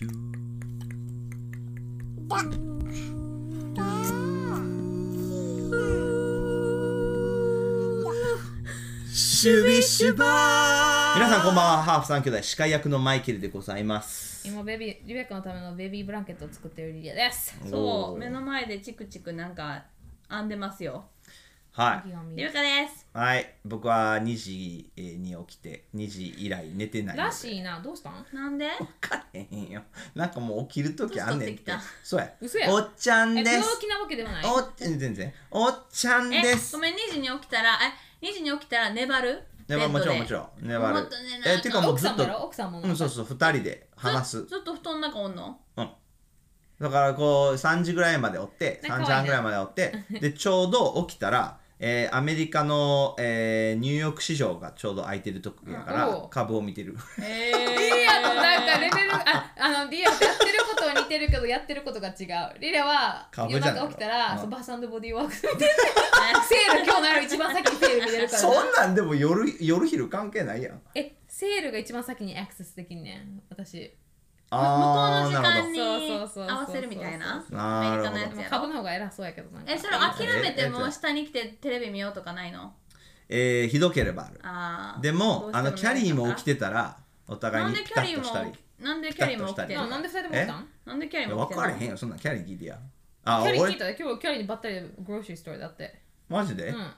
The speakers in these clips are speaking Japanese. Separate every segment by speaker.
Speaker 1: ドゥー
Speaker 2: だだ
Speaker 1: シュビシュバー皆さんこんばんはハーフ三兄弟司会役のマイケルでございます
Speaker 3: 今ベビーリベックのためのベビーブランケットを作っているリリアです。
Speaker 1: お
Speaker 4: そ
Speaker 1: ー
Speaker 4: う目の前でチクチクなんか編んでますよ
Speaker 1: は
Speaker 3: リ
Speaker 1: い
Speaker 3: オミ
Speaker 4: ゆうかです
Speaker 1: はい僕は2時えーに起きて2時以来寝てない
Speaker 3: らしいな、どうしたん？
Speaker 4: なんで
Speaker 1: 分かれへんよなんかもう起きる時あんねんって
Speaker 4: 年取ってき
Speaker 1: そうや
Speaker 3: 嘘や
Speaker 1: おっちゃん
Speaker 3: え
Speaker 1: で
Speaker 3: 病
Speaker 1: す
Speaker 3: 気なわけではない。
Speaker 1: おっ全然おっちゃん
Speaker 4: え
Speaker 1: です
Speaker 4: ごめん2時に起きたらえ2時に起きたら粘る
Speaker 1: ねまあもちろんもち
Speaker 4: ん
Speaker 1: ろん粘る
Speaker 4: もっとね
Speaker 1: えてかもう
Speaker 3: 奥
Speaker 1: ず
Speaker 3: さ
Speaker 1: っ
Speaker 3: んもやろ
Speaker 1: と
Speaker 3: 奥さんもな
Speaker 1: うんん
Speaker 3: か。
Speaker 1: そうそう2人で話す
Speaker 4: ずっと布団の中おんの
Speaker 1: うんだからこう3時ぐらいまでおって
Speaker 3: なんか可
Speaker 1: 3時半
Speaker 3: 愛いね
Speaker 1: ぐらいまでおってでちょうど起きたら、えーアメリカの、えーニューヨーク市場がちょうど空いてる時やから、
Speaker 3: うんおう
Speaker 1: 株を見てる
Speaker 4: え
Speaker 3: リリアとなんかレベルああのリリアとやってることは似てるけどやってることが違う。リリアは
Speaker 1: 株じゃ
Speaker 3: 夜
Speaker 1: ない
Speaker 3: 中起きたら
Speaker 1: うん
Speaker 3: そうバーサンドボディーワークス見てる。セール今日のある一番先にセール見れるから
Speaker 1: そ
Speaker 3: な。
Speaker 1: んなんでも夜夜昼関係ないやん
Speaker 3: えセールが一番先にアクセスできんねん私。
Speaker 1: あ
Speaker 4: 向こう
Speaker 1: ー
Speaker 4: の時
Speaker 1: なる
Speaker 4: 間
Speaker 1: ほ
Speaker 4: に
Speaker 3: そうそうそうそう
Speaker 4: 合わせるみたいな
Speaker 1: どなるほど
Speaker 4: アメリカのやつ
Speaker 3: まあ
Speaker 4: やろ
Speaker 3: 株の方が偉そうやけどなんか。
Speaker 4: えそれ諦めてもう下に来てテレビ見ようとかないの
Speaker 1: えーひどければある
Speaker 4: あー
Speaker 1: でもあのキャリーも起き
Speaker 4: て
Speaker 1: てたらお互
Speaker 4: ないん
Speaker 1: に
Speaker 4: で
Speaker 1: ピ
Speaker 4: キ
Speaker 1: タ
Speaker 4: ャリ
Speaker 1: ッ
Speaker 4: ー
Speaker 1: としたり
Speaker 4: もなんでキャリーも起きて
Speaker 1: ピ
Speaker 4: る
Speaker 1: タ
Speaker 3: な
Speaker 4: の
Speaker 3: なんで二人とも起きたん？
Speaker 4: なんでキャリーも起
Speaker 1: 分
Speaker 4: きて
Speaker 1: かれ
Speaker 4: る
Speaker 1: へんよそんなんキャリー聞いてやあ
Speaker 3: キャリー聞
Speaker 1: 俺
Speaker 3: いたら今日キャリーにばったりグローシーストアだって。
Speaker 1: マジで、
Speaker 3: うん。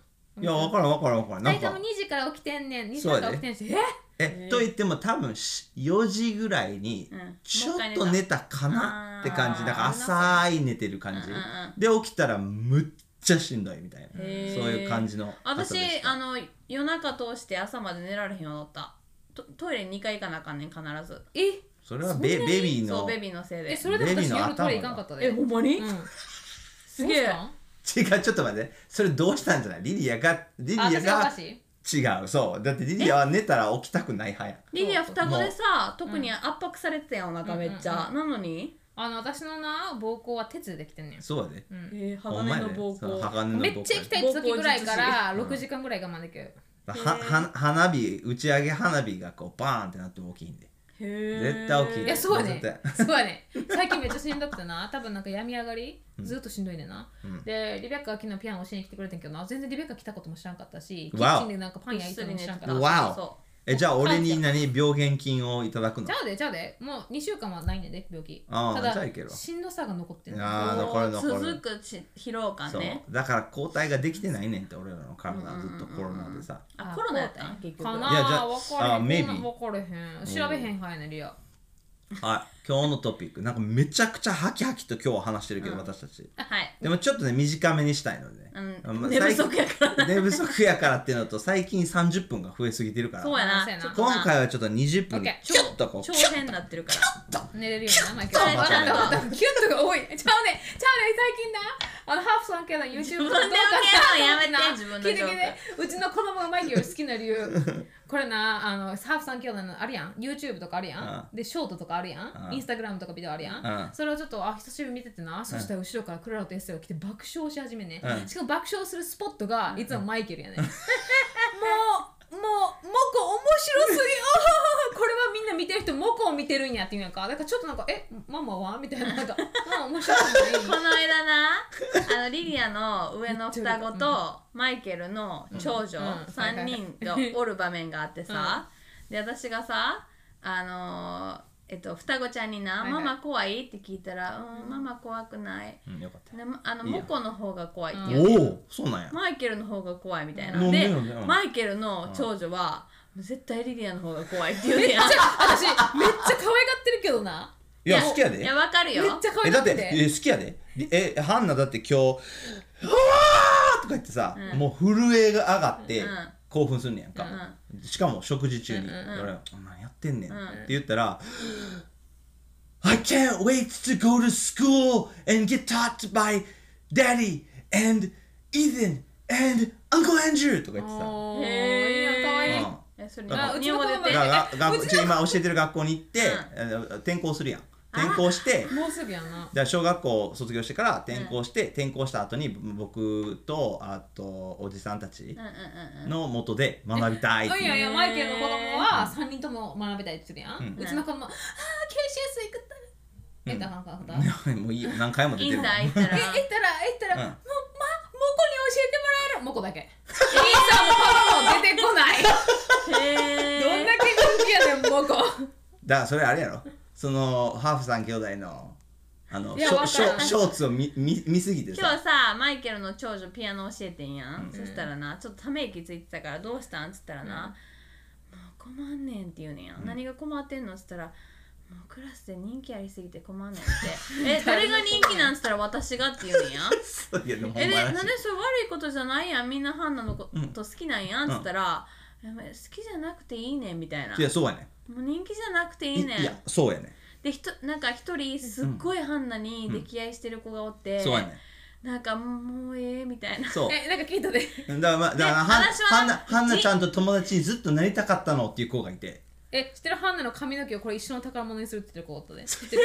Speaker 1: いや分からん分からん分からんな
Speaker 3: 二
Speaker 1: ん
Speaker 3: 人と
Speaker 1: か
Speaker 3: も2時から起きてんねん2時
Speaker 1: そうやで
Speaker 3: から起きてんしえ
Speaker 1: えと言っても多分し4時ぐらいに
Speaker 4: うん
Speaker 1: ちょっと寝たかな
Speaker 4: も
Speaker 1: っ
Speaker 4: う
Speaker 1: て
Speaker 4: 一回
Speaker 1: 感
Speaker 4: 寝た
Speaker 1: じだから浅い寝てる感じ
Speaker 4: うんうん
Speaker 1: で起きたらむっちゃしんどいみたいなそう
Speaker 4: へー
Speaker 1: いう感じの朝で
Speaker 4: 私
Speaker 1: した
Speaker 4: あの夜中通して朝まで寝られへんようになったトトイレに2回行かなあかんねん必ず
Speaker 3: え
Speaker 1: それはベ
Speaker 3: そんなに
Speaker 1: ベビー
Speaker 4: そう
Speaker 1: の
Speaker 4: ベビーのせいで
Speaker 3: えそれで
Speaker 1: レビ
Speaker 3: 私
Speaker 1: の
Speaker 3: 夜トイレ
Speaker 1: 頭
Speaker 3: 行か
Speaker 1: が
Speaker 3: んかったで
Speaker 4: えほんまに、
Speaker 3: うん
Speaker 4: すげえ
Speaker 3: どうしたん
Speaker 1: 違うちょっと待ってそれどうしたんじゃないリリアがリリ
Speaker 3: あ
Speaker 1: ア
Speaker 3: 私がおか
Speaker 1: が
Speaker 3: しい
Speaker 1: 違うそうだってリリアは寝たら起きたくない派や
Speaker 4: リリア
Speaker 3: そう
Speaker 4: 双子でさ特に圧迫されてたやんお腹めっちゃ、なのに、
Speaker 3: あの私のな膀胱は鉄でできてんねん
Speaker 1: そうやで
Speaker 3: うん
Speaker 4: えー、
Speaker 1: ほんまや
Speaker 4: 鋼の
Speaker 1: で
Speaker 4: 膀
Speaker 1: そう
Speaker 4: 胱
Speaker 1: 鋼の
Speaker 3: め
Speaker 1: 膀
Speaker 3: っ
Speaker 1: 胱
Speaker 3: ちゃ
Speaker 1: や
Speaker 3: 行
Speaker 1: で
Speaker 3: きたい時ぐらいか
Speaker 4: 膀
Speaker 3: ら6時間ぐらい我慢できる
Speaker 1: はは花火打ち上げ花火がこうバーンってなって大きいんで
Speaker 4: へー
Speaker 1: 絶対大きい
Speaker 3: いやそうやね
Speaker 1: 絶
Speaker 3: そうやね最近めっちゃしんどくてな多分なんか病み上がりずっとしんどいねんなでリベッカは昨日ピアノ教えに来てくれてんけどな全然リベッカ来たことも知らんかったしキ
Speaker 1: わお
Speaker 3: ッチンでなんかパン焼いてたのも知らんかった
Speaker 1: うわお
Speaker 4: そ
Speaker 1: えじゃあ俺に何病原菌をいただくの
Speaker 3: ちゃうでちゃうでもう2週間はないねんで病気
Speaker 1: あー
Speaker 3: た
Speaker 1: じゃあいける
Speaker 3: だ
Speaker 1: わ
Speaker 3: しんどさが残ってる
Speaker 1: あー
Speaker 4: う
Speaker 1: 残る残る
Speaker 4: 続くし疲労感
Speaker 1: そう
Speaker 4: ね
Speaker 1: だから抗体ができてないねんって俺らの体はずっとコロナでさ
Speaker 4: あコロナやったん結局
Speaker 3: か
Speaker 1: いや
Speaker 3: な
Speaker 1: じゃあ
Speaker 3: あ分か
Speaker 1: あ
Speaker 3: れへん
Speaker 1: maybe
Speaker 3: 分かれへん調べへんはやねリア
Speaker 1: はい今日のトピックなんかめちゃくちゃハキハキと今日は話してるけど、私たち
Speaker 4: はい、
Speaker 1: でもちょっとね短めにしたいのでね、
Speaker 4: うん
Speaker 1: まあ
Speaker 4: 寝不足やから
Speaker 1: 最近寝不足やからっていうのと最近30分が増えすぎてるから
Speaker 4: そうや
Speaker 3: あ
Speaker 4: な
Speaker 3: そうやな
Speaker 4: ちょっとな
Speaker 1: 今回はちょっと20分に
Speaker 3: OK
Speaker 1: ちょっとこう
Speaker 4: 長編になってるから
Speaker 3: 寝れるようになマイケル
Speaker 1: キュッと
Speaker 3: ちょっとキュッとが多いちゃうねちゃうね最近なあのハーフさん系の YouTube の動画
Speaker 4: 分で受けるのやめて
Speaker 3: な
Speaker 4: 自分の
Speaker 3: 聞いて
Speaker 4: ジョ
Speaker 3: 聞いて
Speaker 4: ー
Speaker 3: うちの子供がマイケル好きな理由 これなあのハーフさん兄弟のあるやん YouTube とかあるやんでショートとかあるやん
Speaker 1: うん
Speaker 3: インスタグラムとかビデオあるや
Speaker 1: うん
Speaker 3: んそれをちょっとあ久しぶりに見ててなそしたら後ろからクララとエッセイが来て爆笑し始めね
Speaker 1: うん
Speaker 3: しかも爆笑するスポットがいつもマイケルやねもう もうモコ面白すぎおーこれはみんな見てる人モコを見てるんやっていうんやんかだからちょっとなんか「えママは?」みたいななんか「ママ面白く
Speaker 4: こ
Speaker 3: ない?
Speaker 4: の間なあのリリアの上の双子とマイケルの長女
Speaker 3: うんうん
Speaker 4: 3人がおる場面があってさ、で私がさあのーえっと、双子ちゃんにな「
Speaker 3: はいはい
Speaker 4: ママ怖い?」って聞いたら「うんママ怖くない」
Speaker 1: うんよかった
Speaker 4: でもあの
Speaker 1: いいや
Speaker 4: モコの方が怖いって言う
Speaker 1: おおそうなんや
Speaker 4: マイケルの方が怖いみたい
Speaker 1: な
Speaker 4: な
Speaker 1: んで
Speaker 4: で
Speaker 1: なんでうん
Speaker 4: マイケルの長女は「絶対リリアの方が怖い」って言うねやん
Speaker 3: じゃあ私めっちゃ可愛がってるけどない
Speaker 1: や好きやで
Speaker 4: いやわかる
Speaker 3: めっ
Speaker 4: よ
Speaker 3: ちゃ可
Speaker 1: え
Speaker 3: 愛
Speaker 1: だ
Speaker 3: が
Speaker 1: っ
Speaker 3: ってて
Speaker 1: え
Speaker 3: て
Speaker 1: 好きやでえハンナだって今日「うわー!」とか言ってさ、
Speaker 4: うん
Speaker 1: もう震えが上がって、
Speaker 4: うん
Speaker 1: 興奮すんねやんか、しかも食事中に、
Speaker 3: うんうん
Speaker 4: うん
Speaker 1: 俺は「何やってんねん」
Speaker 4: うん
Speaker 1: って言ったら「I can't wait to go to school and get taught by daddy and Ethan and Uncle Andrew」とか言ってさ
Speaker 3: おー
Speaker 4: へー
Speaker 3: いいな可愛い
Speaker 1: うん
Speaker 4: えそれ
Speaker 1: あ
Speaker 4: 日本語で言っ
Speaker 3: う
Speaker 4: て
Speaker 3: ちの子供も
Speaker 1: がが
Speaker 3: う
Speaker 1: 学
Speaker 3: ち
Speaker 1: 校今教えてる学校に行って、えー転校するやん。転校して
Speaker 3: もうすぐやな
Speaker 1: で小学校卒業してから転校して、転校した後に僕とあとおじさんたち
Speaker 4: うんうんうんうん
Speaker 1: の元で学びたいって
Speaker 3: い
Speaker 1: いう
Speaker 3: やいやマイケルの子供は
Speaker 1: う
Speaker 3: 3人とも学べたりするやん、
Speaker 1: う
Speaker 3: うんちの子供はあー九州水行くったら
Speaker 1: うん
Speaker 3: えったかんかんかん
Speaker 1: もういいよ何回も出
Speaker 4: い
Speaker 1: て
Speaker 4: い
Speaker 1: る
Speaker 4: ん
Speaker 1: もん
Speaker 4: だ行 ったら
Speaker 3: ええったらえったら、
Speaker 1: うん
Speaker 3: もまもこに教えてもらえるもこだけ兄さんもパ パも出てこない
Speaker 4: へー
Speaker 3: どんだけ人気やねんもこ
Speaker 1: だからそれあれやろそのハーフさん兄弟のあの
Speaker 3: い
Speaker 1: シ
Speaker 3: や
Speaker 1: ョ
Speaker 3: わ
Speaker 1: シ
Speaker 3: か
Speaker 1: ョ
Speaker 3: る
Speaker 1: ショーツを見見見すぎて
Speaker 4: 今日
Speaker 1: さ
Speaker 4: さマイケルの長女ピアノ教えてんやん、
Speaker 1: うん
Speaker 4: そしたらなちょっとため息ついてたから「どうしたん?」っつったらな「もう困んねん」って言うねんや、ん、何が困ってんのっつったら「もうクラスで人気ありすぎて困んねん」 って「え誰が人気なん?」っつったら「私が」って言うねんや
Speaker 1: いやでもほ
Speaker 4: え
Speaker 1: ん
Speaker 4: で
Speaker 1: ま
Speaker 4: なん
Speaker 1: ら
Speaker 4: で
Speaker 1: しい
Speaker 4: それ悪いことじゃないやんみんなハンナのこ
Speaker 1: うん
Speaker 4: と好きなんやんっつったら「いや好きじゃなくていいねん」みたいない
Speaker 1: やそうやね
Speaker 4: もう人気じゃなくて
Speaker 1: い
Speaker 4: いいねん
Speaker 1: いやそうやね
Speaker 4: でひとなんか一人すっごいハンナに溺愛してる子がおって、
Speaker 1: そうやね
Speaker 4: なんかもうええみた いな
Speaker 1: そう
Speaker 3: えなんか聞いたで
Speaker 1: だからまあだからはん
Speaker 4: 話は
Speaker 1: はんなはんな
Speaker 4: じ
Speaker 1: ちゃんと友達にずっとなりたかったのっていう子がいて
Speaker 3: え知ってるハンナの髪の毛をこれ一緒の宝物にするって言ってる子おったで知ってる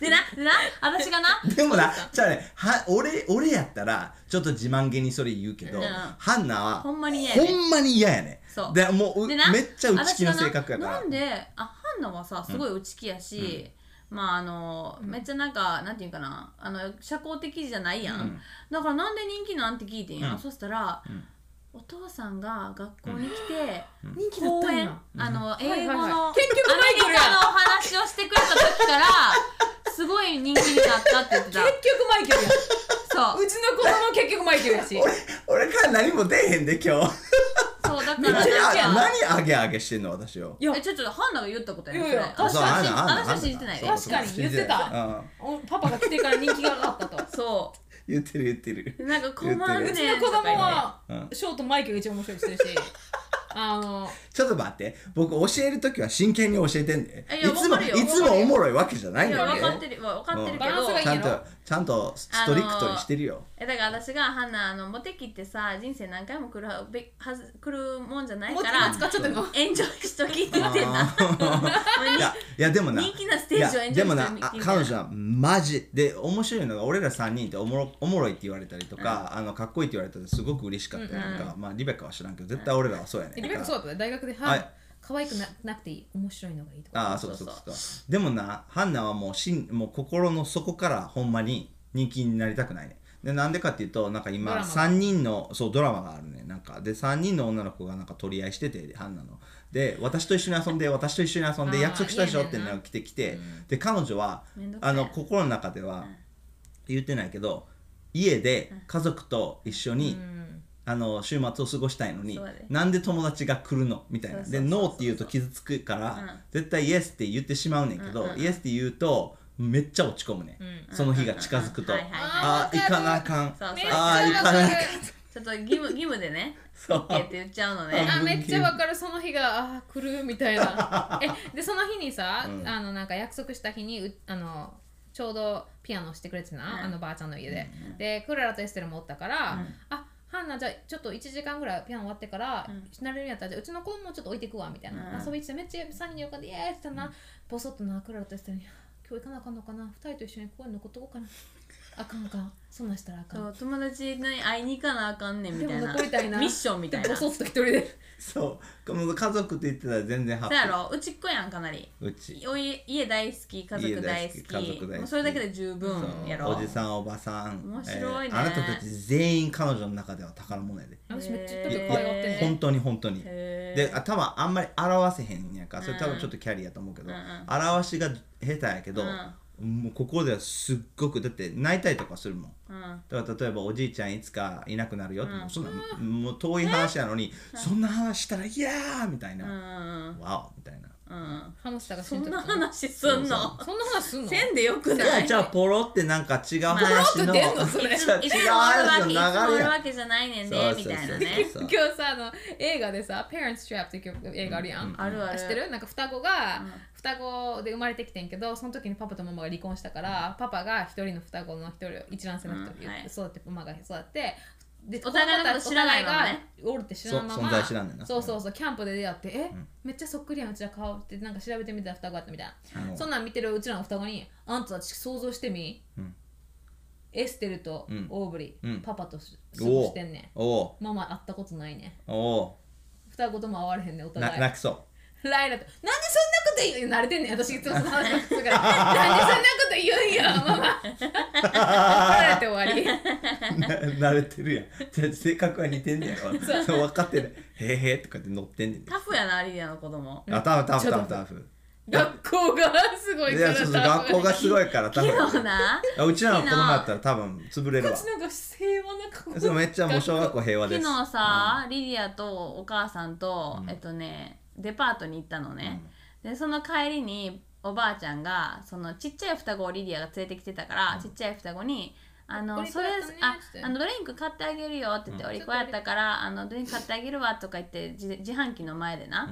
Speaker 4: でな、でな、私がな、
Speaker 1: でもなじゃあねは俺俺やったらちょっと自慢げにそれ言うけど、
Speaker 4: うん
Speaker 1: ハンナは
Speaker 4: ほ
Speaker 1: ほ
Speaker 4: んまに嫌やね
Speaker 1: んまに嫌やね
Speaker 4: そう
Speaker 1: でもうう
Speaker 4: でな、
Speaker 1: めっちゃ内気な性格やか
Speaker 4: 私がな
Speaker 1: ら
Speaker 4: なんで、あ、ハンナはさ、すごい内気やし、まああの、めっちゃなんか、なんていうかな、あの、社交的じゃないやん。
Speaker 1: うん
Speaker 4: だからなんで人気なんて聞いてんやん。
Speaker 1: うん
Speaker 4: そしたら、
Speaker 1: うん
Speaker 4: お父さんが学校に来て、
Speaker 3: 人気だっ
Speaker 4: 講
Speaker 3: たん
Speaker 4: 演
Speaker 3: や、
Speaker 4: あの、
Speaker 3: いはい
Speaker 4: 英語の、
Speaker 3: 結局マイ
Speaker 4: アメ
Speaker 3: ケル
Speaker 4: リ
Speaker 3: や
Speaker 4: カのお話をしてくれた時から、すごい人気になったって言ってた
Speaker 3: 結。局マイケルや
Speaker 4: そう
Speaker 3: う。ちの子供結局マイケルやし
Speaker 1: 俺から何も出えへんで今日
Speaker 4: そう、だか
Speaker 1: めっ
Speaker 4: らなん
Speaker 1: ちゃ
Speaker 4: か、
Speaker 1: 何あげあげしてんの私を
Speaker 3: いや
Speaker 4: え、ちょっとハンナが言ったことやねそ
Speaker 3: いやいや
Speaker 4: れ。
Speaker 3: 確
Speaker 1: そう
Speaker 4: 私は
Speaker 1: あんなあんな
Speaker 4: 私は
Speaker 1: あんな
Speaker 4: 信じてないよ
Speaker 1: そうそう
Speaker 3: 確かに言ってた
Speaker 1: 信じないうん
Speaker 3: おパパが来てから人気が上がったと う
Speaker 4: そ
Speaker 1: 言ってる言ってる
Speaker 4: う。なんか困るねん
Speaker 3: ちの子供は
Speaker 1: うん
Speaker 3: ショートマイケルが一番面白いって言って るしあの
Speaker 1: ちょっと待って僕教える時は真剣に教えてんで
Speaker 4: えい
Speaker 1: い
Speaker 4: や
Speaker 1: つも
Speaker 4: わかるよ
Speaker 1: いつもおもろいわけじゃない
Speaker 4: い
Speaker 1: ん
Speaker 4: や、
Speaker 1: だ
Speaker 4: 分
Speaker 1: け
Speaker 4: かって
Speaker 1: ど
Speaker 4: る、わ分かってるけ
Speaker 3: バランスがいい
Speaker 1: ち
Speaker 4: ど。
Speaker 1: ゃんとちゃんとストリクトにしてるよ、
Speaker 4: え、だから私がハンナ、あの、モテ期ってさ、人生何回も来るはべはず来るもんじゃない
Speaker 3: も
Speaker 4: か
Speaker 3: うちょ
Speaker 4: ら
Speaker 3: っと、使っちゃったの
Speaker 4: エンジョイしときって 言
Speaker 1: あ
Speaker 4: ってんな。
Speaker 1: ーいやいやでもな
Speaker 4: 人気なステージを演
Speaker 1: い
Speaker 4: じ
Speaker 1: やで
Speaker 4: る人
Speaker 1: も
Speaker 4: み
Speaker 1: な
Speaker 4: たいな
Speaker 1: あ彼女はマジで面白いのが俺ら3人っておもろおもろいって言われたりとか、あのかっこいいって言われたらすごく嬉しかったりとか、まあ、リベカは知らんけど絶対俺らはそうやねん
Speaker 3: リベックそうだったね大学で
Speaker 1: は
Speaker 3: はいい可愛くななくていい面白いのがいいとか
Speaker 1: ああそうかそうかそうかでもなハンナはもうしんもう心の底からほんまに人気になりたくないねでなんでかっていうとなんか今
Speaker 3: ドラマが
Speaker 1: 3人のそうドラマがあるねなんかで3人の女の子がなんか取り合いしててハンナので私と一緒に遊んで私と一緒に遊んで
Speaker 3: あー
Speaker 1: 約束したでしょって
Speaker 3: 嫌
Speaker 1: の
Speaker 3: やな
Speaker 1: が来てきて、で彼女は
Speaker 4: めんどくさ
Speaker 1: あ
Speaker 4: い
Speaker 1: の心の中では言ってないけど家で家族と一緒に、
Speaker 3: うん
Speaker 1: あの週末を過ごしたいのに
Speaker 4: そうだね
Speaker 1: なんで友達が来るのみたいな
Speaker 4: そう
Speaker 1: で
Speaker 4: そうそうそう
Speaker 1: ノーって言うと傷つくから、
Speaker 4: うん
Speaker 1: 絶対イエスって言ってしまうねんけど、
Speaker 4: うんうんうん
Speaker 1: イエスって言うとめっちゃ落ち込むね、
Speaker 3: うん
Speaker 1: その日が近づくと、
Speaker 4: うんうんうんはいはいはい
Speaker 1: ああ行かなあかん
Speaker 4: そうそう
Speaker 3: めっちゃ
Speaker 1: ああ行
Speaker 3: わ
Speaker 1: か
Speaker 3: か
Speaker 1: な
Speaker 3: る
Speaker 1: あかん
Speaker 4: ちょっと義務義務でね、
Speaker 1: そう
Speaker 4: OK って言っちゃうのね。
Speaker 3: あめっちゃわかるその日があー来るみたい なえでその日にさ、
Speaker 1: うん
Speaker 3: あのなんか約束した日にうあのちょうどピアノしてくれてたな、
Speaker 4: うん
Speaker 3: あのばあちゃんの家で、でクララとエステルもおったから、あハンナじゃあちょっと1時間ぐらいピアノ終わってから、
Speaker 4: うん
Speaker 3: 慣れるんやったらじゃあうちの子もちょっと置いてくわみたいな、
Speaker 4: うん
Speaker 3: 遊びしてめっちゃ3人でよかったイエーイって言ったな、ボソッとなクララとエステルに今日行かなあかんのかな2人と一緒に公園残っとこうかなあかんあかんそんなんしたらあかん
Speaker 4: そう友達に会いに行かなあかんねんみたい
Speaker 3: でも
Speaker 4: な。
Speaker 3: 残りたいな
Speaker 4: ミッションみたい
Speaker 3: で
Speaker 4: な。
Speaker 3: ボソ
Speaker 4: そ
Speaker 3: ッと一人で
Speaker 1: そうこの家族って言ってたら全然ハッ
Speaker 4: う
Speaker 1: ピ
Speaker 4: や
Speaker 1: ー
Speaker 4: ろ、うちっ子やんかなり。
Speaker 1: うち、
Speaker 4: おい家大好き家
Speaker 1: 家
Speaker 4: 族
Speaker 1: 大
Speaker 4: 大
Speaker 1: 好
Speaker 4: 好
Speaker 1: き
Speaker 4: き
Speaker 1: 家族大好き
Speaker 4: もうそれだけで十分
Speaker 1: そう
Speaker 4: やろ
Speaker 1: おじさんおばさん
Speaker 4: 面白いね
Speaker 1: えーあなたたち全員彼女の中では宝物やで、
Speaker 3: 私めっちゃ
Speaker 4: へ
Speaker 3: ちょっ
Speaker 4: ー
Speaker 3: と可愛がってんね
Speaker 4: えー
Speaker 1: 本当に本当に
Speaker 4: へ
Speaker 1: で
Speaker 4: ー
Speaker 1: あ多分あんまり表せへんやんかそれ
Speaker 4: うん
Speaker 1: 多分ちょっとキャリアと思うけど、
Speaker 4: うんうん
Speaker 1: 表しが下手やけど、もうここではすっごくだって泣いたりとかするもん
Speaker 4: うん
Speaker 1: だから例えばおじいちゃんいつかいなくなるよって、
Speaker 4: うん
Speaker 1: もうそんなもう遠い話なのに、そんな話したら「いやー」みたい
Speaker 4: うんう
Speaker 1: な「
Speaker 4: ん
Speaker 1: わお」みたいな。
Speaker 4: うん
Speaker 3: ハムスターが死
Speaker 4: そ
Speaker 3: ん
Speaker 4: ん
Speaker 3: とる
Speaker 4: な
Speaker 3: とね
Speaker 4: 話すん
Speaker 1: そう
Speaker 4: の
Speaker 3: そんな話すんの
Speaker 4: せんでよく
Speaker 1: い
Speaker 4: な
Speaker 1: や
Speaker 4: い
Speaker 1: じゃあポロってなんか違う
Speaker 4: まあ
Speaker 1: 話の
Speaker 3: ポロって出んのそれ
Speaker 1: 違う
Speaker 4: い
Speaker 1: 違
Speaker 4: つ
Speaker 1: う
Speaker 4: もあるわけいつ
Speaker 1: 話の
Speaker 4: も
Speaker 1: 流
Speaker 4: あ
Speaker 1: れ
Speaker 4: る
Speaker 1: や
Speaker 4: わけじゃないねん
Speaker 1: そう
Speaker 4: ね
Speaker 1: そう
Speaker 4: み
Speaker 1: そう
Speaker 4: たいなね
Speaker 1: そう
Speaker 3: 今日さあの映画でさ「Parents Trap」っていう映画あるやん、
Speaker 4: あるある
Speaker 3: 知ってるなんか双子が、
Speaker 4: うん
Speaker 3: 双子で生まれてきてんけどその時にパパとママが離婚したから、パパが一人の双子の一人一卵性の一
Speaker 4: う
Speaker 3: 人、
Speaker 4: んはい
Speaker 3: 育てママが育ってで
Speaker 4: お互いのこと知らないままね
Speaker 3: お互いがおるって知らないまま
Speaker 1: そ存在知らんねんな
Speaker 3: そうそうそうキャンプで出会ってえ、
Speaker 1: ん
Speaker 3: めっちゃそっくりやんうちら顔ってなんか調べてみたら双子やったみたいな
Speaker 1: うん
Speaker 3: そんなん見てるうちらの双子にあんたたち想像してみ、
Speaker 1: うん
Speaker 3: エステルと
Speaker 1: うん
Speaker 3: オーブリー、
Speaker 1: うん
Speaker 3: パパとし過ごしてんね
Speaker 1: おお
Speaker 3: んママ会ったことないね
Speaker 1: うお
Speaker 3: 双子とも会われへんねんお
Speaker 1: う
Speaker 3: 互
Speaker 1: ない泣きそ
Speaker 3: ライラと「なんでそんなこと言う慣れてんねん私いつもその話をするからなんでそんなこと言うんやママ」怒られて終わ
Speaker 1: うな慣れてるやんじゃあ性格は似てんねやからそう分かってるへーへーとかって乗ってんねん
Speaker 4: タフやなリリアの子供
Speaker 1: あタフタフ
Speaker 3: ちょ
Speaker 1: タ
Speaker 3: っ
Speaker 1: フ
Speaker 3: と
Speaker 1: タフ
Speaker 3: り学校がすごい
Speaker 1: い
Speaker 3: から
Speaker 1: やそうそう学校がすごいから多
Speaker 4: 昨日
Speaker 1: 分
Speaker 4: な
Speaker 1: うちらの子供だったら多分潰れるわ
Speaker 3: こっちなんか平和な学校
Speaker 1: そうめっちゃもう小学校平和で
Speaker 4: 昨
Speaker 1: す
Speaker 4: 日さ、リリアとお母さんと、
Speaker 1: うん
Speaker 4: えっとねデパートに行ったのね、でその帰りにおばあちゃんがそのちっちゃい双子をリリアが連れてきてたから、ちっちゃい双子に「あ
Speaker 3: お
Speaker 4: の
Speaker 3: 利口
Speaker 4: それ
Speaker 3: やったね
Speaker 4: あ
Speaker 3: って
Speaker 4: あのドリンク買ってあげるよ」って言って
Speaker 1: う
Speaker 4: 「
Speaker 1: ん
Speaker 4: お利口やったからあのドリンク買ってあげるわ」とか言って自自販機の前でな、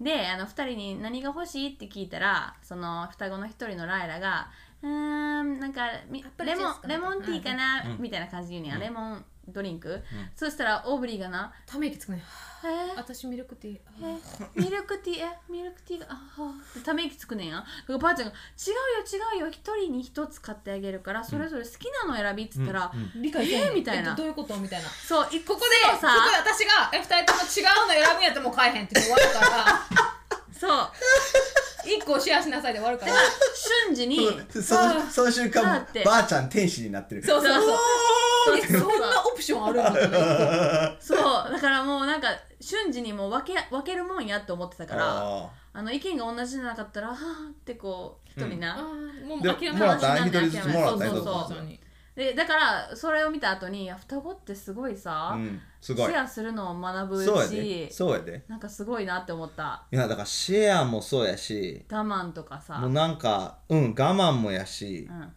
Speaker 4: であの2人に「何が欲しい?」って聞いたらその双子の1人のライラが「うーんなんかみ
Speaker 3: アップル
Speaker 4: レ
Speaker 3: ジュ
Speaker 4: モ
Speaker 3: ー
Speaker 4: ン
Speaker 3: スかな
Speaker 4: レモンティーかな」
Speaker 1: うん
Speaker 4: みたいな感じで言うねや、
Speaker 1: うん
Speaker 4: レモンドリンク、そしたらオーブリーがな
Speaker 3: ため息つくね
Speaker 4: 「えー
Speaker 3: 私ミルクティー
Speaker 4: えミルクティーえミルクティーがあはあってため息つくねんやだからばあちゃんが「違うよ違うよ一人に一つ買ってあげるからそれぞれ好きなの選び」っつったら、
Speaker 1: うんうん
Speaker 3: 理解せん
Speaker 4: えーみたいな
Speaker 3: えどういうことみたいな
Speaker 4: そうい
Speaker 3: ここ
Speaker 4: そう
Speaker 3: でここ
Speaker 4: さ
Speaker 3: で私がえ二人とも違うの選ぶんやったらもう買えへんって言って終わる から
Speaker 4: そう
Speaker 3: 一個シェアしなさいで終わるから
Speaker 4: 瞬時に
Speaker 1: そうそのその瞬
Speaker 4: だ
Speaker 1: 間
Speaker 4: って
Speaker 1: ばあちゃん天使になってる
Speaker 3: そうそうそう
Speaker 4: そう
Speaker 3: えそんなオプションあるんだ
Speaker 4: そうだからもうなんか瞬時にもう分け分けるもんやって思ってたからあ
Speaker 1: あ
Speaker 4: の意見が同じじゃなかったらはあってこう一人な、
Speaker 3: もう
Speaker 1: で
Speaker 3: 諦め
Speaker 1: もら
Speaker 3: ま
Speaker 1: っ
Speaker 3: した
Speaker 1: た
Speaker 4: 諦
Speaker 1: 一
Speaker 4: めた
Speaker 1: 人ずつもらった一
Speaker 4: 諦め
Speaker 1: 人
Speaker 4: た
Speaker 1: ずつ
Speaker 4: そうそうそうでだからそれを見た後にいや双子ってすごいさ、
Speaker 1: うんすごい
Speaker 4: シェアするのを学ぶし
Speaker 1: そうやでそうやで
Speaker 4: なんかすごいなって思った
Speaker 1: いやだからシェアもそうやし
Speaker 4: 我慢とかさ
Speaker 1: もうなんかうん我慢もやし
Speaker 4: うん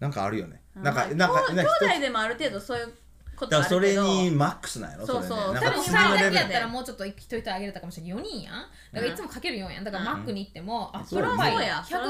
Speaker 1: なんかあるよね
Speaker 4: うん
Speaker 1: なんか
Speaker 4: まあ
Speaker 1: なんか
Speaker 4: 兄
Speaker 1: なん
Speaker 4: 弟
Speaker 1: か一つ
Speaker 4: 兄弟でもある程度そういうこと
Speaker 1: だ
Speaker 4: は
Speaker 1: からそ
Speaker 4: あるけ
Speaker 1: れ
Speaker 4: ど
Speaker 1: にマックスなんやろ
Speaker 4: そうそう
Speaker 1: れねなん
Speaker 3: 多
Speaker 1: か
Speaker 3: 分
Speaker 4: そ
Speaker 1: そ
Speaker 4: んな
Speaker 3: 3
Speaker 1: の
Speaker 4: レ
Speaker 1: レ
Speaker 4: ベ
Speaker 3: だ
Speaker 4: ル
Speaker 3: け
Speaker 1: ベ
Speaker 3: や
Speaker 1: ル
Speaker 3: ったらもうちょっと一人あげれたかもしれない4人やんだからいつもかける4やんだからマックに行っても、あフ
Speaker 1: そうやね
Speaker 3: ライパイ
Speaker 4: そらそうや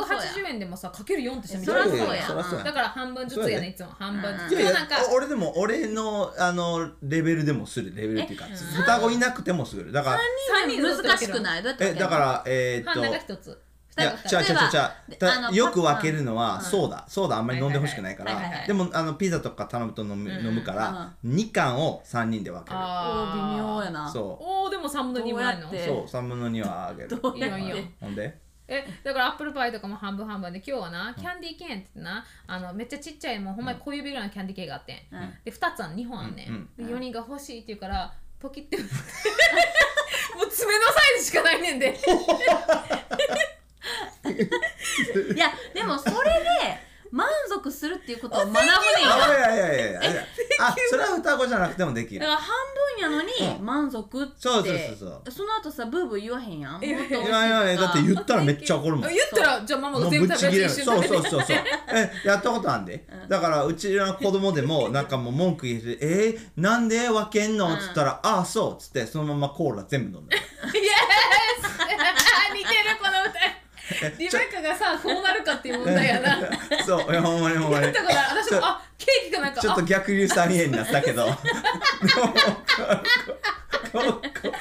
Speaker 3: 180円でもさかける4ってしてみ
Speaker 4: そ
Speaker 3: た
Speaker 4: ら
Speaker 3: ら
Speaker 4: そうや
Speaker 1: そらそうや
Speaker 3: だから半分ずつ
Speaker 1: そう
Speaker 3: や
Speaker 1: や
Speaker 3: ね
Speaker 1: ね
Speaker 3: いつも半分ず
Speaker 4: うん
Speaker 1: いや
Speaker 3: つ
Speaker 1: いや
Speaker 3: 今なんか
Speaker 1: お俺でも俺のあのレベルでもするレベルっていうか双子いなくてもするだから
Speaker 4: 3人難しくないどうやって
Speaker 1: え
Speaker 4: 分ける
Speaker 1: だ
Speaker 4: の
Speaker 1: からえーっ
Speaker 3: 半中
Speaker 1: と
Speaker 3: 一つ
Speaker 1: いや、
Speaker 3: 二
Speaker 1: 違う
Speaker 3: 人
Speaker 1: 違う違
Speaker 3: 二人
Speaker 1: う違うだ
Speaker 4: あの
Speaker 1: よく分けるのは
Speaker 4: パン
Speaker 1: ソーダ、ソーダあんまり飲んでほしくないか
Speaker 3: はいはいはい
Speaker 1: ら
Speaker 3: はい
Speaker 1: でもあのピザとか頼むと飲む,、
Speaker 3: うん
Speaker 1: 飲むから、2缶を3人で分ける
Speaker 4: おー微妙や
Speaker 3: な
Speaker 4: な
Speaker 1: そ
Speaker 3: おーでも3分の2ぐらいの
Speaker 4: どうやっ
Speaker 1: う
Speaker 4: て
Speaker 1: そう3分の2はあげる
Speaker 4: どう
Speaker 3: やって
Speaker 1: はい
Speaker 3: いよいいよ
Speaker 1: ほんで
Speaker 3: えだからアップルパイとかも半分半分で今日はなキャンディーケーンって言ってなあのめっちゃちっちゃいもうほんまに小指ぐらいのキャンディーケーンがあってん
Speaker 4: うん
Speaker 3: で2つあん2本あんねん、
Speaker 1: うん
Speaker 3: で4人が欲しいって言うからポキってもう爪のサイズしかないねんで
Speaker 4: いやでもそれで満足するっていうことを学ぶねんよ
Speaker 1: あいやいやいやいやあそれは双子じゃなくてもでき
Speaker 4: だか
Speaker 1: る
Speaker 4: ら半分やのに満足って
Speaker 1: そうそうそうそう
Speaker 4: その後さブーブー言わへんやんもっと美味しいと
Speaker 1: い
Speaker 4: か
Speaker 1: やいやだって言ったらめっちゃ怒るもん
Speaker 3: 言ったらじゃあママ
Speaker 1: も
Speaker 3: が
Speaker 1: う
Speaker 3: 全
Speaker 1: ぶ
Speaker 3: 部
Speaker 1: ち
Speaker 3: 食
Speaker 1: 切
Speaker 3: べ
Speaker 1: れ
Speaker 3: る
Speaker 1: る
Speaker 3: し一
Speaker 1: そ
Speaker 3: 緒
Speaker 1: う
Speaker 3: に食
Speaker 1: そうそう
Speaker 3: べて
Speaker 1: そうえやったことあんで、
Speaker 4: うん
Speaker 1: だからうちの子供でもなんかもう文句言って「えー、なんで分けんの?」っつったら「ああそう」っつってそのままコーラ全部飲んだ
Speaker 3: イエーイ似てるこの歌リベッカがさこうなるかっていう問題やなだか
Speaker 1: そういやほんまにほんまに
Speaker 3: ら私
Speaker 1: ち
Speaker 3: も
Speaker 1: ょ
Speaker 3: あケーキかなんか
Speaker 1: ちょっと
Speaker 3: あ
Speaker 1: 逆流三円になったけどでもココココー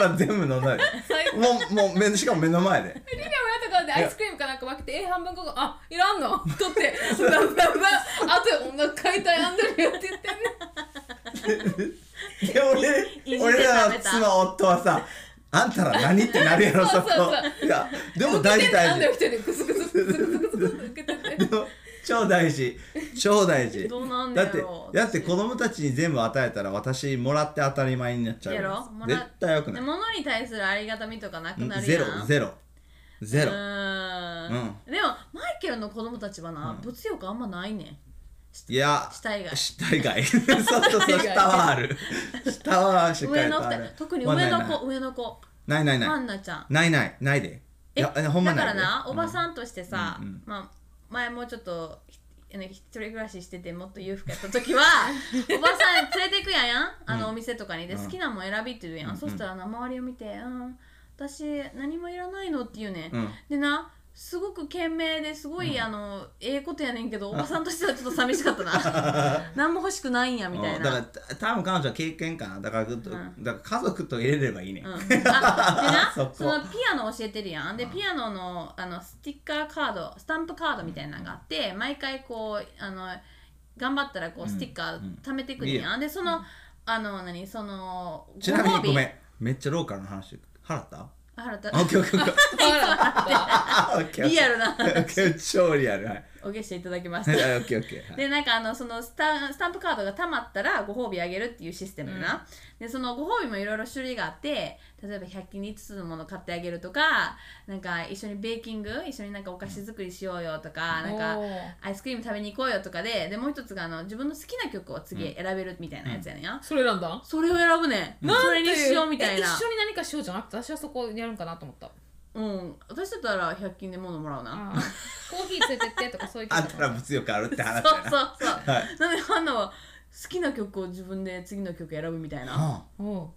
Speaker 1: ラ全部飲んだで
Speaker 3: 最高
Speaker 1: もうもうめしかも目の前で
Speaker 3: リベ親とかでアイスクリームかなんか分けてえ半分ここあいらんの取ってだだだあと女解体アンドリューって言ってんね
Speaker 1: で
Speaker 4: いじって食
Speaker 1: 俺
Speaker 4: べた
Speaker 1: 俺らの妻夫はさあんたら何ってなるやろそこ
Speaker 3: そうそう
Speaker 1: いやでも大事大
Speaker 3: アン
Speaker 1: 事
Speaker 3: ドリュー一人でクスクスクスクスクスクス受けてて
Speaker 1: でも 超大事超大事
Speaker 4: どうなんね
Speaker 1: だ
Speaker 4: や
Speaker 1: って
Speaker 4: ろ
Speaker 1: だって子供たちに全部与えたら私もらって当たり前になっちゃうから
Speaker 4: やろもら
Speaker 1: 絶対よくない
Speaker 4: 物に対するありがたみとかなくなるやん
Speaker 1: ゼロゼロゼロ
Speaker 4: うーんでもマイケルの子供たちはな、
Speaker 1: うん
Speaker 4: 物欲あんまないねん
Speaker 1: いや
Speaker 4: 下以外
Speaker 1: 下以 外そうそうそう下はある下はしっかり
Speaker 4: 上の
Speaker 1: とあ
Speaker 4: 二
Speaker 1: る
Speaker 4: 人特に
Speaker 1: まあ
Speaker 4: 上の子上の子
Speaker 1: ないないない
Speaker 4: ハンナちゃん
Speaker 1: ないないないでいやほんま
Speaker 4: だ
Speaker 1: な
Speaker 4: から
Speaker 1: いで
Speaker 4: な、おば
Speaker 1: う
Speaker 4: さんとしてさ、
Speaker 1: うんうん
Speaker 4: まあ、前もうちょっとひあの一人暮らししててもっと裕福やった時 はおばさん連れてくやんやんあのお店とかにで
Speaker 1: うん
Speaker 4: 好きなもん選びって言うやん、
Speaker 1: うん
Speaker 4: そしたらな周りを見て「うん私何もいらないの」って言うね、
Speaker 1: うん
Speaker 4: でなすごく賢明ですごい、あのええことやね んけどおばさんとしてはちょっと寂しかったな何も欲しくないんやみたい
Speaker 1: うんだか
Speaker 4: な。
Speaker 1: らた多分彼女は経験かなだから,、
Speaker 4: ん
Speaker 1: だから家族と入れればいいね、
Speaker 4: うん、あで な
Speaker 1: そ
Speaker 4: そ
Speaker 1: こ
Speaker 4: のピアノ教えてるやんでピアノのあのスティッカーカードスタンプカードみたいなのがあって毎回こうあの頑張ったらこ
Speaker 1: うん
Speaker 4: うスティッカ
Speaker 1: うん
Speaker 4: ー貯めてくるやん、でその、あの何そのご
Speaker 1: ちなみにごめ
Speaker 4: ん
Speaker 1: んめっちゃローカルの話払った
Speaker 4: 払った
Speaker 1: あオッケーオッケーオッケーあオッケーオッケー
Speaker 4: リアルな
Speaker 1: オッケー 超リアルはい
Speaker 4: おげしていただきまし
Speaker 1: はい
Speaker 4: た
Speaker 1: オッケーオッケーはい
Speaker 4: でなんかあのそのスタンスタンプカードがたまったらご褒美あげるっていうシステムやな、でそのご褒美もいろいろ種類があって例えば100均に5つのもの買ってあげるとかなんか一緒にベーキング一緒になんかお菓子作りしようよとか、なんかアイスクリーム食べに行こうよとかででもう一つがあの自分の好きな曲を次選べるみたいなやつやねんや、
Speaker 3: それなんだ
Speaker 4: それを選ぶねんそれにしようみたい
Speaker 3: え
Speaker 4: な
Speaker 3: 一緒に何かしようじゃなくて私はそこやるんかなと思った
Speaker 4: うん私だったら100均で物もらうな
Speaker 3: あーコーヒー連れてってとかそういう
Speaker 1: あ
Speaker 3: 感
Speaker 1: ん
Speaker 3: じ
Speaker 1: たら物欲あるって話
Speaker 4: そう
Speaker 1: だな
Speaker 4: そうそう、
Speaker 1: はい
Speaker 4: なんでハンナは好きな曲を自分で次の曲選ぶみたいな、
Speaker 1: あ
Speaker 3: おう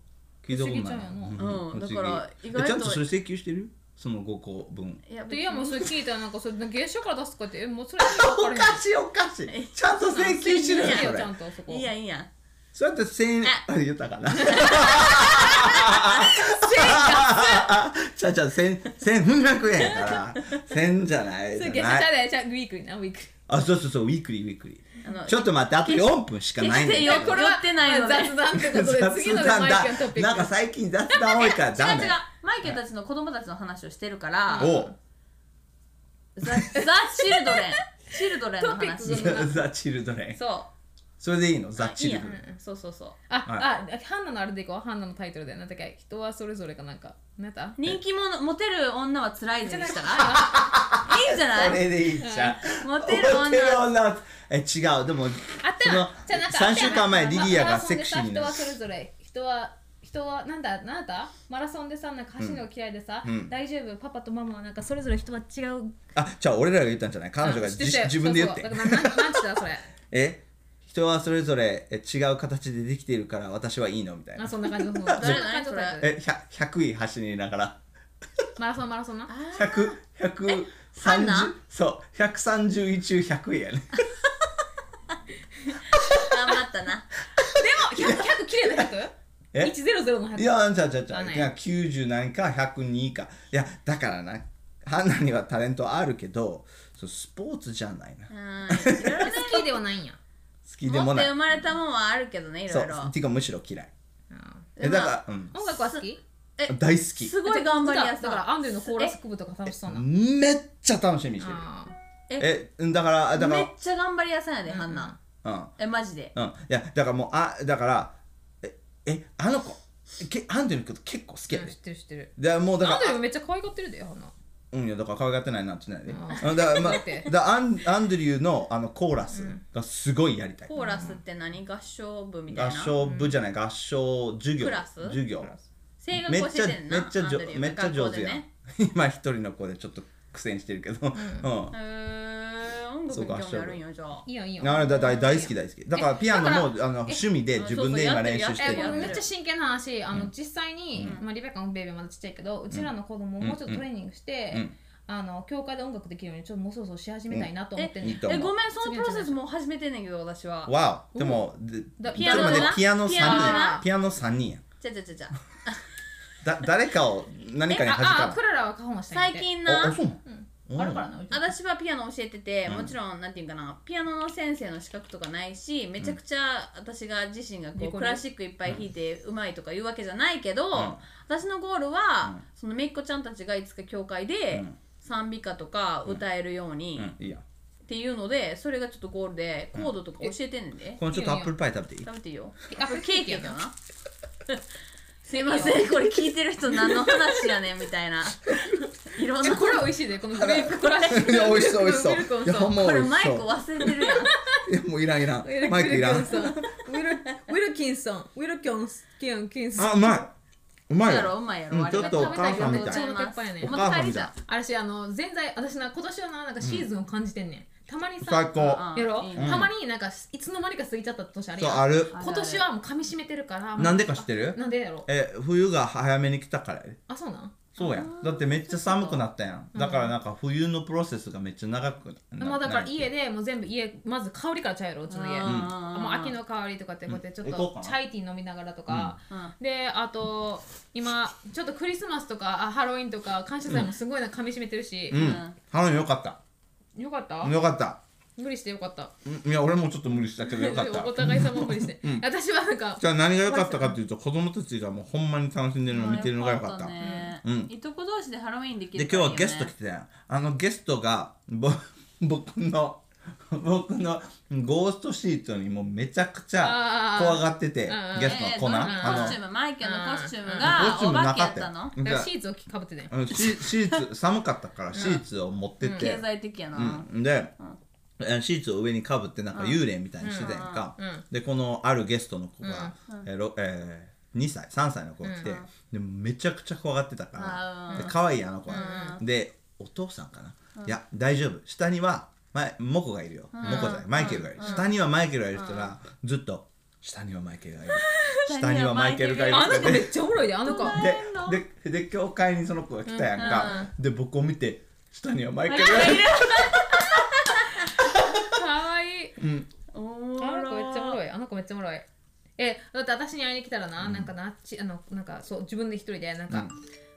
Speaker 1: 聞いたことない
Speaker 3: 不思議
Speaker 4: ちゃうよなうんだから
Speaker 1: 不思議
Speaker 4: 意外と
Speaker 1: えちゃんとそれ請求してるその5個分
Speaker 4: いや別
Speaker 3: で
Speaker 4: に
Speaker 3: いやもうそれ聞いたらなんかそれ月賞から出すとかってえもうそれ意味
Speaker 1: お
Speaker 3: わからへん
Speaker 1: かしいおかしいちゃんと請求してるよ
Speaker 3: いい
Speaker 1: そ
Speaker 3: よ
Speaker 1: れ
Speaker 3: ちゃんとそこ
Speaker 4: いいやんいいやん
Speaker 1: そうやって1000円あ言ったかなちゃうちゃう千1500円やから1000じゃない
Speaker 3: そ
Speaker 1: じ
Speaker 3: れ
Speaker 1: ゃ
Speaker 3: 月賞
Speaker 1: な
Speaker 3: ちゃ
Speaker 1: いう
Speaker 3: でちゃうウィークリーなウィークリ
Speaker 1: あそうそうそうウィークリーウィークリ
Speaker 4: あの
Speaker 1: ーちょっと待ってあと4分しかないんだ
Speaker 4: い
Speaker 1: け
Speaker 3: ー
Speaker 1: ど
Speaker 4: やこれは寄ってないので
Speaker 3: まあ雑談っ てことで次のでマイケルのトピック
Speaker 1: なんか最近雑談多いからダ
Speaker 4: 違う
Speaker 1: メ
Speaker 4: 違うマイケルたちの子供たちの話をしてるから
Speaker 1: お
Speaker 4: ザ・ザ・シルドレンシルドレンの話
Speaker 3: トピック
Speaker 4: そう
Speaker 1: ザ・チルドレン
Speaker 4: そ
Speaker 1: それでいいの
Speaker 4: う
Speaker 1: ザ・チルドレン
Speaker 4: いいやんそうそうそう
Speaker 3: あ、あハンナのあれでいこうハンナのタイトルでなんだっけ人はそれぞれかなんかなんだった
Speaker 4: 人気者モテる女は辛いでしたらいいんじゃ
Speaker 1: そ
Speaker 4: ない
Speaker 1: れでいいじゃん
Speaker 4: モテる
Speaker 1: モテる
Speaker 4: 女は
Speaker 1: 女はえ違うでも
Speaker 3: あった
Speaker 1: その
Speaker 3: じゃあなんか
Speaker 1: 3週間前リリアがセクシーに
Speaker 3: な
Speaker 1: な
Speaker 3: マ
Speaker 1: る
Speaker 3: ラソンでさ人はそれぞれ人は人はなんだなんだマラソンでさなんか走るのが嫌いでさ、
Speaker 1: うん
Speaker 3: 大丈夫パパとママはなんかそれぞれ人は違う
Speaker 1: あじゃあ俺らが言ったんじゃない彼女が
Speaker 3: 知
Speaker 1: 自
Speaker 3: ってたよ
Speaker 1: 自分で言って
Speaker 3: そうそうだからなんなんつって たそれ
Speaker 1: え人はそれぞれえ違う形でできているから私はいいのみたい
Speaker 3: あ
Speaker 1: な
Speaker 3: そんな 感じのそんな
Speaker 4: 誰
Speaker 3: 感じのタイトル
Speaker 1: え 100, 100位走りながら
Speaker 3: マラソンマラソンな
Speaker 1: 100130
Speaker 4: ハンナ
Speaker 1: そう130位中100位やね
Speaker 4: 頑張ったな
Speaker 3: でも100 100綺麗な 100?
Speaker 1: え
Speaker 3: 100の100
Speaker 1: いやじゃあじゃあじゃあ
Speaker 3: あない
Speaker 1: いや90何か102かいやだからなハンナにはタレントあるけどそうスポーツじゃないな好
Speaker 4: うんいろいろね
Speaker 3: 好きではないんや
Speaker 1: きで
Speaker 4: 持
Speaker 1: も
Speaker 4: って
Speaker 1: ない
Speaker 4: 生まれたもんはあるけどねい
Speaker 1: そ
Speaker 4: ろいうろ
Speaker 1: ていうかむしろ嫌い
Speaker 3: うん
Speaker 1: えだから、うん、
Speaker 3: 音楽は好き
Speaker 4: え
Speaker 1: 大好き
Speaker 4: すごい頑張りや
Speaker 3: だ
Speaker 4: す
Speaker 3: だ
Speaker 4: い
Speaker 3: からアンドリューのコーラス組むとか楽しそうな
Speaker 1: めっちゃ楽しみにしてる
Speaker 3: あ
Speaker 1: えだからだか
Speaker 4: めっ
Speaker 1: ら
Speaker 4: ちゃ頑張りやすいやでハンナ
Speaker 1: うん
Speaker 4: えマジで
Speaker 1: うん、いやだからもうあだからええあの子けアンドリューのこと結構好き
Speaker 3: ー
Speaker 1: や
Speaker 3: うん
Speaker 1: で
Speaker 3: 知、ってる知ってる
Speaker 1: だからもうだか
Speaker 3: アンドリ
Speaker 1: ら
Speaker 3: ューめっちゃ可愛がってるでほな
Speaker 1: うんいやだから可愛がってないなってないで、
Speaker 3: う
Speaker 1: うんだからまあ
Speaker 3: だって
Speaker 1: だからアンアンドリューのあのコーラスがすごいやりたい、
Speaker 4: コーラスって何合唱部みたい
Speaker 1: 合
Speaker 4: な
Speaker 1: 唱部じゃない合唱授業
Speaker 4: クラス
Speaker 1: 授業
Speaker 4: 声楽
Speaker 1: めっ
Speaker 4: 教
Speaker 1: ちゃ
Speaker 4: え
Speaker 1: め
Speaker 4: てんな
Speaker 1: っちゃじょ
Speaker 4: アンドリュー
Speaker 1: めっちゃ上手やん、
Speaker 4: 学校でね
Speaker 1: 今一人の子でちょっと苦戦してるけど、うん
Speaker 4: へー音
Speaker 1: そう
Speaker 4: 楽
Speaker 1: か
Speaker 4: に興味あるんよじゃあ
Speaker 3: いいよいいよ
Speaker 1: あれだだ大好き大好きだからピアノもあの趣味で
Speaker 4: うん
Speaker 1: 自分で
Speaker 4: そ
Speaker 1: 今
Speaker 4: うそう
Speaker 1: 練習して
Speaker 4: やって
Speaker 1: る
Speaker 4: る
Speaker 3: え
Speaker 4: や
Speaker 3: こ
Speaker 4: って
Speaker 3: れ
Speaker 4: る
Speaker 3: めっちゃ真剣な話あの、実際に、まあ、リベカのベイビーまだちっちゃいけどうちらの子供もうちょっとトレーニングして、
Speaker 1: うん
Speaker 3: あの教会で音楽できるようにちょっともうそろそろし始めたいなと思
Speaker 4: え
Speaker 3: ってんね、
Speaker 1: いいと思
Speaker 4: え
Speaker 1: う
Speaker 4: ごめんそのプロセスもう始めてんねんけど私は
Speaker 1: わおでもで
Speaker 3: だ
Speaker 1: ちょっと待ってピ
Speaker 4: ピ
Speaker 1: ア
Speaker 4: ア
Speaker 1: ノ
Speaker 4: ノ
Speaker 1: 3
Speaker 4: だ
Speaker 1: 人
Speaker 3: ピアノだ
Speaker 1: ピアノ三人や
Speaker 4: じゃじゃじゃじゃ
Speaker 1: だ誰かを何かに
Speaker 3: あ
Speaker 1: 弾
Speaker 3: あ
Speaker 1: か
Speaker 3: クララはカホンした
Speaker 4: 最
Speaker 3: いって
Speaker 4: 近
Speaker 1: ないああ
Speaker 4: な
Speaker 1: そうなの
Speaker 3: うん、あるからなうち
Speaker 4: 私はピアノ教えてて、
Speaker 1: うん
Speaker 4: もちろんなんていうんかなピアノの先生の資格とかないしめちゃくちゃ私が自身がこ
Speaker 3: リ
Speaker 4: う
Speaker 3: コ
Speaker 4: ク
Speaker 3: リ
Speaker 4: ラシックいっぱい弾いてうまいとか言うわけじゃないけど、
Speaker 1: ん
Speaker 4: 私のゴールは、そのめいっ子ちゃんたちがいつか教会で
Speaker 1: うん
Speaker 4: 賛美歌とか歌えるように、
Speaker 1: うん
Speaker 4: っ
Speaker 1: いいや
Speaker 4: ていうのでそれがちょっとゴールでコードとか教えてんねんで、
Speaker 1: このちょっとアップルパイ食べていい
Speaker 4: 食べていいよ
Speaker 3: あ
Speaker 4: あ
Speaker 3: こ
Speaker 4: こ
Speaker 3: れ
Speaker 4: れ
Speaker 3: ケ
Speaker 4: ケ
Speaker 3: ー
Speaker 4: ー
Speaker 3: キ
Speaker 4: キ
Speaker 3: や
Speaker 4: や
Speaker 3: け
Speaker 4: け
Speaker 3: ど
Speaker 4: どな すいませんこれ聞いてる人何の話やねんみたい ないろん
Speaker 3: え
Speaker 4: な
Speaker 3: これ美味しいでこの グレープこれ
Speaker 1: いや美味しそう美味しそう
Speaker 3: ミルクも
Speaker 1: いやほんま
Speaker 4: こ
Speaker 1: 美
Speaker 4: れ
Speaker 1: 味し
Speaker 4: マイク
Speaker 1: そう
Speaker 4: 忘れてるや
Speaker 1: い
Speaker 4: ん
Speaker 1: やもういらんいらん
Speaker 3: ウィル
Speaker 1: マイクいら
Speaker 3: ウ
Speaker 1: ん
Speaker 3: ィルウィルキンソンウィルキンスキンキンソン
Speaker 1: あうまいうまい
Speaker 4: やろ
Speaker 1: よ
Speaker 4: うまいや
Speaker 1: う
Speaker 4: ろ
Speaker 1: ん
Speaker 4: あれ
Speaker 1: ちょっとお母さんみたい
Speaker 4: ちょうど鉄板
Speaker 1: お
Speaker 4: お
Speaker 1: 母
Speaker 4: 母
Speaker 1: さん
Speaker 4: さん
Speaker 1: み
Speaker 4: み
Speaker 1: たい
Speaker 4: たい
Speaker 3: 私あの全在私な今年はななんかシーズンを感じてんねん、たまにさ
Speaker 1: 最高
Speaker 4: あ
Speaker 3: やろ、
Speaker 4: うん
Speaker 3: たまになんかいつの間にか過ぎちゃった年ある
Speaker 1: そう
Speaker 3: やん
Speaker 1: ある
Speaker 4: あ
Speaker 3: 今年はもう噛み締めてるから
Speaker 1: なんでか知ってる
Speaker 3: なんでやろ
Speaker 1: え冬が早めに来たからやで
Speaker 3: あそうなん
Speaker 1: そうやんだってめっちゃ寒くなったやんだからなんか冬のプロセスがめっちゃ長くな
Speaker 3: もうだから家
Speaker 1: で
Speaker 3: でもう全部家まず香りからちゃうやろうちの家
Speaker 4: うん
Speaker 3: もう秋の香りとかってこうやってちょっ
Speaker 1: うん行こう
Speaker 3: と
Speaker 1: かな
Speaker 3: チャイティー飲みながらとか、
Speaker 4: うん
Speaker 3: であと今ちょっとクリスマスとかあハロウィンとか感謝祭もすごいなんか噛み締めてるし
Speaker 1: う、んハロウィンよかった
Speaker 3: よかった、
Speaker 1: よかった
Speaker 3: 無理してよかった
Speaker 1: うんいや俺もちょっと無理したけどよかった
Speaker 3: お 互い様無理して、
Speaker 1: うん
Speaker 3: 私はなんか
Speaker 1: じゃあ何が良かったかっていうと子供たちがもうほんまに楽しんでるのを見てるのが良かった
Speaker 4: ね
Speaker 1: うん
Speaker 4: いとこ同士でハロウィンでき
Speaker 1: で
Speaker 4: る
Speaker 1: 今日はゲスト来てたやんあのゲストがぼ 僕の 僕のゴーストシートにもうめちゃくちゃ
Speaker 3: あー
Speaker 1: 怖がってて
Speaker 3: うん
Speaker 1: ゲストのコ
Speaker 4: コ
Speaker 1: ナン、
Speaker 4: コスチュー
Speaker 1: あ
Speaker 4: ムマイケルのコスチューム
Speaker 1: の
Speaker 4: がお化けやったの
Speaker 1: よじゃあ
Speaker 3: シーツをかぶってたよ
Speaker 1: あのシシーツ寒かったからシーツを持ってって、
Speaker 4: 経済的やな、
Speaker 1: うん、で、えシーツを上にかぶってなんか幽霊みたいにしてたやんか、でこのあるゲストの子が、えろえー2歳3歳の子が来て、でめちゃくちゃ怖がってたから、
Speaker 4: あ
Speaker 1: で
Speaker 4: ー
Speaker 1: 可愛いあの子は、でお父さんかな、いや大丈夫下にはまモコがいるよ、モコじゃないマイケルがいる、下にはマイケルがいる人がずっと下にはマイケルが いる下にはマイケルがいる
Speaker 3: あ
Speaker 1: っ
Speaker 3: の
Speaker 1: て
Speaker 3: 子めっちゃおもろいで あの子
Speaker 1: ででで教会にその子が来たやんか、で僕を見て下にはマイケルがいる
Speaker 3: 可愛い
Speaker 4: おもろ
Speaker 3: あの子めっちゃおもろいあの子めっちゃおもろいえだって私に会いに来たらな、なんかなちあのなんかそう自分で一人でなんか、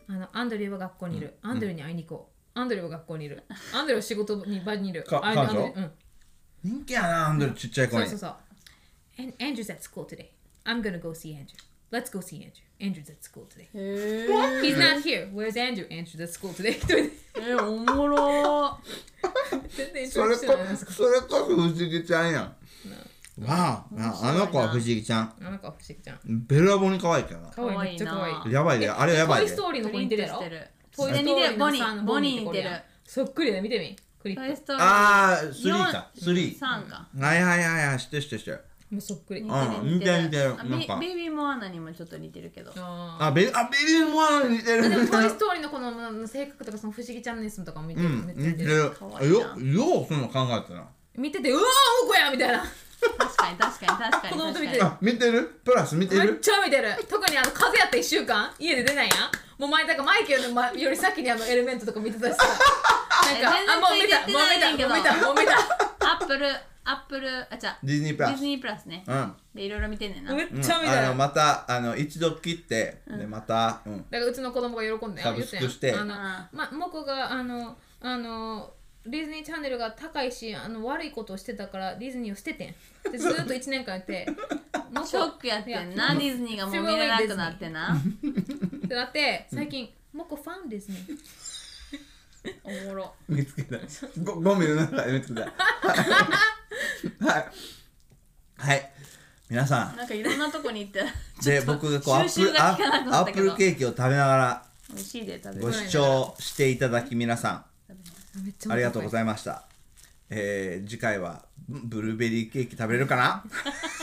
Speaker 3: あのアンドリューは学校にいる、アンドリューに会いに行こうアンドリューは学校にいるアンドリューは仕事に場にいる
Speaker 1: か
Speaker 3: アンドリュー
Speaker 1: 彼女
Speaker 3: アンドリューうん
Speaker 1: 人気やなあんドルちっちゃい子
Speaker 3: そう
Speaker 1: に
Speaker 3: そうそう And Andrew's at school today I'm gonna go see Andrew Let's go see Andrew Andrew's at school today
Speaker 4: へー
Speaker 3: He's not here Where's Andrew Andrew's at school today 一人で
Speaker 4: えおもろ
Speaker 3: 全然
Speaker 1: それ
Speaker 3: し
Speaker 1: こ
Speaker 3: てないです
Speaker 1: それこそ不思議ちゃんやんわあああの子は不思議ちゃん
Speaker 3: あの子は不思議ちゃん
Speaker 1: ベラボに可愛いからな
Speaker 3: 可愛い
Speaker 4: 可愛いな
Speaker 3: めっちゃ可愛い
Speaker 1: やばいであれはやば
Speaker 3: ト
Speaker 1: い
Speaker 3: イ・
Speaker 1: で
Speaker 3: ストーリーの子に似てるやろ
Speaker 4: トイストーリーのさ
Speaker 3: の
Speaker 4: ボニーに似てる
Speaker 3: そっくりだ見てみクリ
Speaker 4: ト
Speaker 3: ッ
Speaker 4: イ
Speaker 3: プ
Speaker 4: ストーリー
Speaker 1: あースリーか
Speaker 4: 四
Speaker 1: スリー
Speaker 4: 三か
Speaker 1: はいはいはいはいしてるしてるしてる
Speaker 3: もうそっくり
Speaker 1: うん似てる似てる
Speaker 4: あ
Speaker 1: なんか
Speaker 4: ベベイビーモアナにもちょっと似てるけど
Speaker 3: あ
Speaker 1: あベリあベリーモアナ似てる
Speaker 3: ーでもトイ・ストーリーのこのの性格とかその不思議チャンネルとかも見て
Speaker 1: う
Speaker 3: る、
Speaker 1: ん
Speaker 3: めっち
Speaker 1: 似
Speaker 3: ゃ見
Speaker 1: て
Speaker 3: て
Speaker 1: る
Speaker 3: る
Speaker 1: よ
Speaker 4: 可愛いな
Speaker 1: ようそんなの考えてたな
Speaker 3: 見ててうわーあの子やみたいな
Speaker 4: 確かに確かに確かに
Speaker 3: 子供と
Speaker 4: 確か
Speaker 3: 見て
Speaker 4: に
Speaker 3: る
Speaker 1: あ見てるプラス見て
Speaker 3: めっ
Speaker 1: る
Speaker 3: ちゃ見てる特にあの風邪やって1週間家で出ないやんもう前だからマイケルの、ま、より先にあのエレメントとか見てたしさなんか
Speaker 4: え全然
Speaker 3: あもう見た
Speaker 4: ついてって
Speaker 3: もう
Speaker 4: ない
Speaker 3: 見た
Speaker 4: ねんけど
Speaker 3: もう見たもう見た
Speaker 4: アップルアップルあじゃあ
Speaker 1: ディズニープ
Speaker 4: デ
Speaker 1: ラ
Speaker 4: ィ
Speaker 1: ス
Speaker 4: ズニープラスね
Speaker 1: うん
Speaker 4: でいろいろ見てんねんな
Speaker 3: め
Speaker 1: うん
Speaker 3: っちゃ見た
Speaker 1: あ
Speaker 3: よ、
Speaker 1: のまたあの一度切ってでまたうん
Speaker 3: だからうちの子供が喜んで
Speaker 1: サブスクして
Speaker 3: 言ったやん
Speaker 4: あ
Speaker 3: あの、ま、モコがあのあのディズニーチャンネルが高いしあの悪いことをしてたからディズニーを捨ててんでずーっと1年間や ってモコ
Speaker 4: ショックやってんなディズニーがもう見れなくなってな
Speaker 3: ってなって最近モコファンディズニー
Speaker 4: おもろ
Speaker 1: 見つけた。ごゴミの中で見つけた。はい。はい。はい。皆さん。
Speaker 4: なんかいろんなとこに行って
Speaker 1: で、僕がこうアッ
Speaker 4: 収
Speaker 1: プ
Speaker 4: 集
Speaker 1: ル
Speaker 4: が効かなくな
Speaker 1: ア
Speaker 4: っ
Speaker 1: ッ
Speaker 4: た
Speaker 1: プ
Speaker 4: けど
Speaker 1: ルケーキを食べながら
Speaker 4: 美味しいで食べ
Speaker 1: ご
Speaker 4: る
Speaker 1: 視聴していただき皆さ
Speaker 3: めっち
Speaker 1: ん
Speaker 3: ゃ
Speaker 1: ありがとうご
Speaker 3: い
Speaker 1: ざいました。えー、次回はブブルーベリーケーキ食べれるか な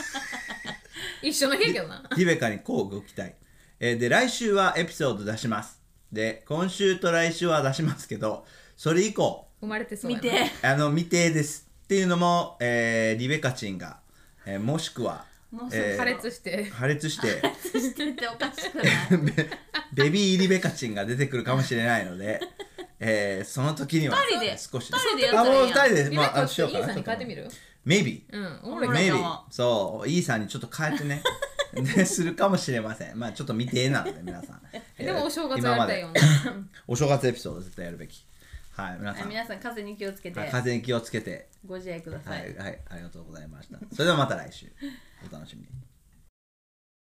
Speaker 3: ます一緒の日やけどな
Speaker 1: リベカにこうご期待。えーで、来週はエピソード出します。で、今週と来週は出しますけど、それ以降、
Speaker 3: 生まれてそうや
Speaker 4: 見
Speaker 3: な
Speaker 4: て
Speaker 1: あの未定ですっていうのも、えーリベカチンが、えーもしくは
Speaker 4: もう
Speaker 1: えー
Speaker 3: 破裂して
Speaker 1: 破裂して
Speaker 4: してっておか しくない
Speaker 1: ベベビーリベカチンが出てくるかもしれないので、えーその時には
Speaker 4: 二人で
Speaker 1: 少し
Speaker 4: 二人でやった
Speaker 1: あ
Speaker 4: らいい
Speaker 1: も
Speaker 4: やん
Speaker 1: う二人で
Speaker 3: リベ
Speaker 1: まあ
Speaker 3: カ
Speaker 1: あ
Speaker 3: って
Speaker 1: しよ
Speaker 3: イ
Speaker 1: うか
Speaker 3: ー
Speaker 1: な
Speaker 3: サンに変えてみ
Speaker 1: る
Speaker 3: る
Speaker 1: maybe
Speaker 3: うんおもろいな
Speaker 4: 俺
Speaker 1: maybe
Speaker 4: かも
Speaker 1: そうイーサンにちょっと変えて ねでするかもしれませんまあちょっと未定なので皆さん、えー
Speaker 3: でもお正月
Speaker 1: 今
Speaker 3: や
Speaker 1: ま
Speaker 3: った
Speaker 1: で
Speaker 3: よ
Speaker 1: お正月エピソード絶対やるべきはい皆さん
Speaker 4: 皆さん風に気をつけて
Speaker 1: はい風に気をつけて
Speaker 4: ご自愛くだ
Speaker 1: は
Speaker 4: さい
Speaker 1: い、はい、ありがとうございました。それではまた来週。お楽しみに。